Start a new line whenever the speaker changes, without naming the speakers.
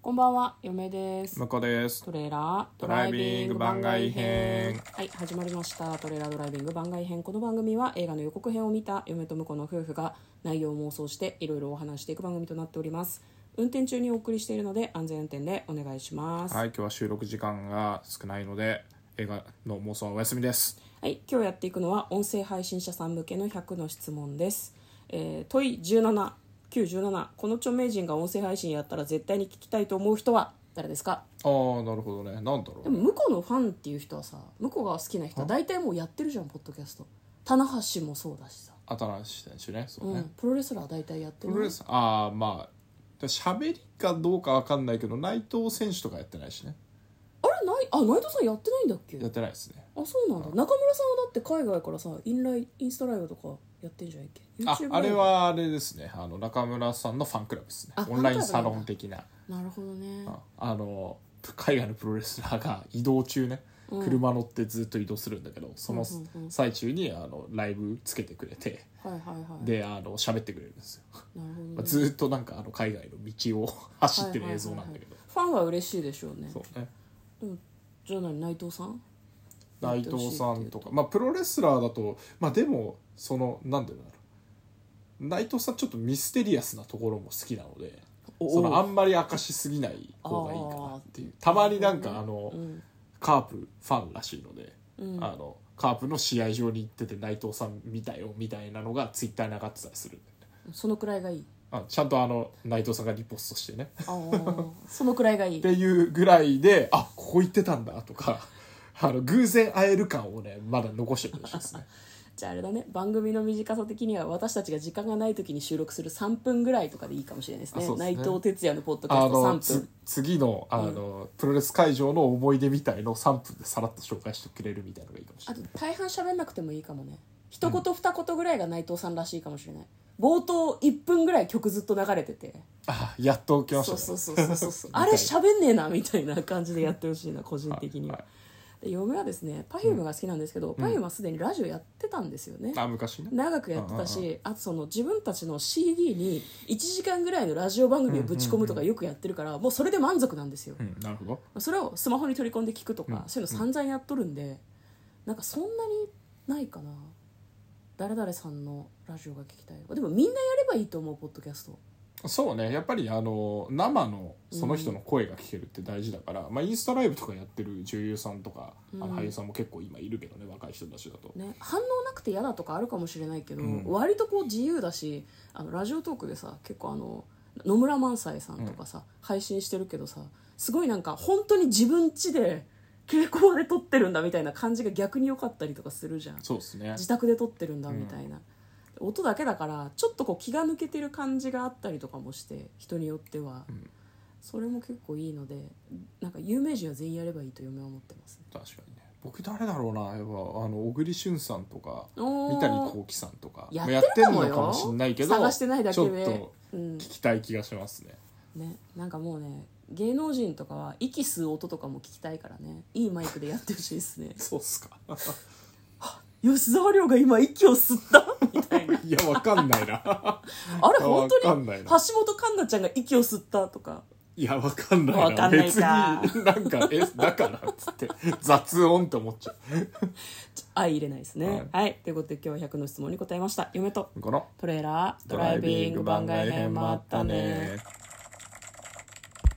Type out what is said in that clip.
こんばんは、嫁です。
向こうです
トレーラード
ドライビング番外編
はい、始まりました。トレーラードライビング番外編。この番組は映画の予告編を見た嫁と婿の夫婦が内容を妄想していろいろお話していく番組となっております。運転中にお送りしているので安全運転でお願いします。は、
はいい今日は収録時間が少ないので映画の妄想はお休みです
今日やっていくのは音声配信者さん向けの100の質問です。えー、問い17、917、この著名人が音声配信やったら絶対に聞きたいと思う人は誰ですか
ああなるほどねなんだろ
で
う
も向こうのファンっていう人はさ向こうが好きな人は大体もうやってるじゃんポッドキャスト棚橋もそうだしさ、
新しい選手ねそう
う
ね、
ん、プロレスラーは大体やって
プロ
る
レスああまあ喋りかどうかわかんないけど内藤選手とかやってないしね
あれないあ内藤さんやってないんだっけ
やってないですね
あそうなんだ中村さんはだって海外からさインラインインスタライブとかやってんじゃないっけ
あ
YouTube
あれはあれですねあの中村さんのファンクラブですね
あ
オンラインサロン的な
なるほどね
ああの海外のプロレスラーが移動中ね、車乗ってずっと移動するんだけどその
うんうんうん
最中にあのライブつけてくれて、
はいはいはい
であの喋ってくれるんですよ、
なるほどね、
まあずーっとなんかあの海外の道を走ってる映像なんだ
はいはいはいはい
けど、
ファンは嬉しいでしょうね
そうね
でもじゃあ何内藤さん
内藤さんとかまあプロレスラーだとまあでもそのなんていうんだろう内藤さんちょっとミステリアスなところも好きなので
お
そのあんまり明かしすぎない方がいいかなっていうたまになんかあの、
うん
カープファンらしいので、
うん
あのカープの試合場に行ってて内藤さん見たよみたいなのがツイッターに上がってたりするんだよね
そのくらいがいい
あちゃんとあの内藤さんがリポストしてね
あーそのくらいがいい
っていうぐらいであここ行ってたんだとか あの偶然会える感をねまだ残してほしいで すね
じゃああれだね番組の短さ的には私たちが時間がない時に収録する3分ぐらいとかでいいかもしれないですね
あそうです
内
ね
藤哲也のポッドキャ
あ
スト3
の
分
つ次のあの、プロレス会場の思い出みたいのを3分でさらっと紹介してくれるみたいなのがいいかもしれ
あ
ない
と大半喋んなくてもいいかもね一言二言ぐらいが内藤さんらしいかもしれない冒頭1分ぐらい曲ずっと流れてて
あやっと来ました
そう
ね
そうそうそうそう そうあ
たい
れ喋んねえなみたいな感じでやってほしいな個人的には
はい
で嫁はですね Perfume が好きなんですけど Perfume はすでにラジオやってたんですよね、
あ昔ね
長くやってた
うん
しあとその自分たちの CD に1時間ぐらいのラジオ番組をぶち込むとかよくやってるからもうそれで満足なんですよ
うんなるほど
それをスマホに取り込んで聞くとか
うん
そういうの散々やっとるんでなんかそんなにないかな誰々さんのラジオが聞きたいでもみんなやればいいと思うポッドキャスト
そうねやっぱりあの生のその人の声が聞けるって大事だから、まあ、インスタライブとかやってる女優さんとか、あ
うん
の俳優さんも結構今いるけどね若い人たちだと、
ね反応なくて嫌だとかあるかもしれないけど
うん
割とこう自由だしあのラジオトークでさ結構あの野村萬斎さんとかさ、配信してるけどさすごいなんか本当に自分家で稽古場で撮ってるんだみたいな感じが逆に良かったりとかするじゃん
そうですね
自宅で撮ってるんだみたいな、音だけだからちょっとこう気が抜けてる感じがあったりとかもして人によっては、
ん
それも結構いいのでなんか有名人は全員やればいいと嫁は思ってますね
確かにね僕誰だろうなやっぱあの小栗旬さんとか
おー
三谷幸喜さんとか
やっ
まあ
てるか
ん
も
の
よ
かもしれないけど
探してないだけで
ちょっと
うん
聞きたい気がしますね、
ねなんかもうね芸能人とかは息吸う音とかも聞きたいからねいいマイクでやってほしいです ね
そうっすか
吉沢亮が今息を吸ったみたいない
やわかんないな
あれ本当
わか
に
んない
橋
な
本環奈ちゃんが息を吸ったとか
いやわかんないな
わかんないか
別になんかえだからっつって雑音って思っちゃ
相入れないですねは
はいい、
ということで今日は100の質問に答えました嫁と
うこの
トレーラードライビング番外編もあったね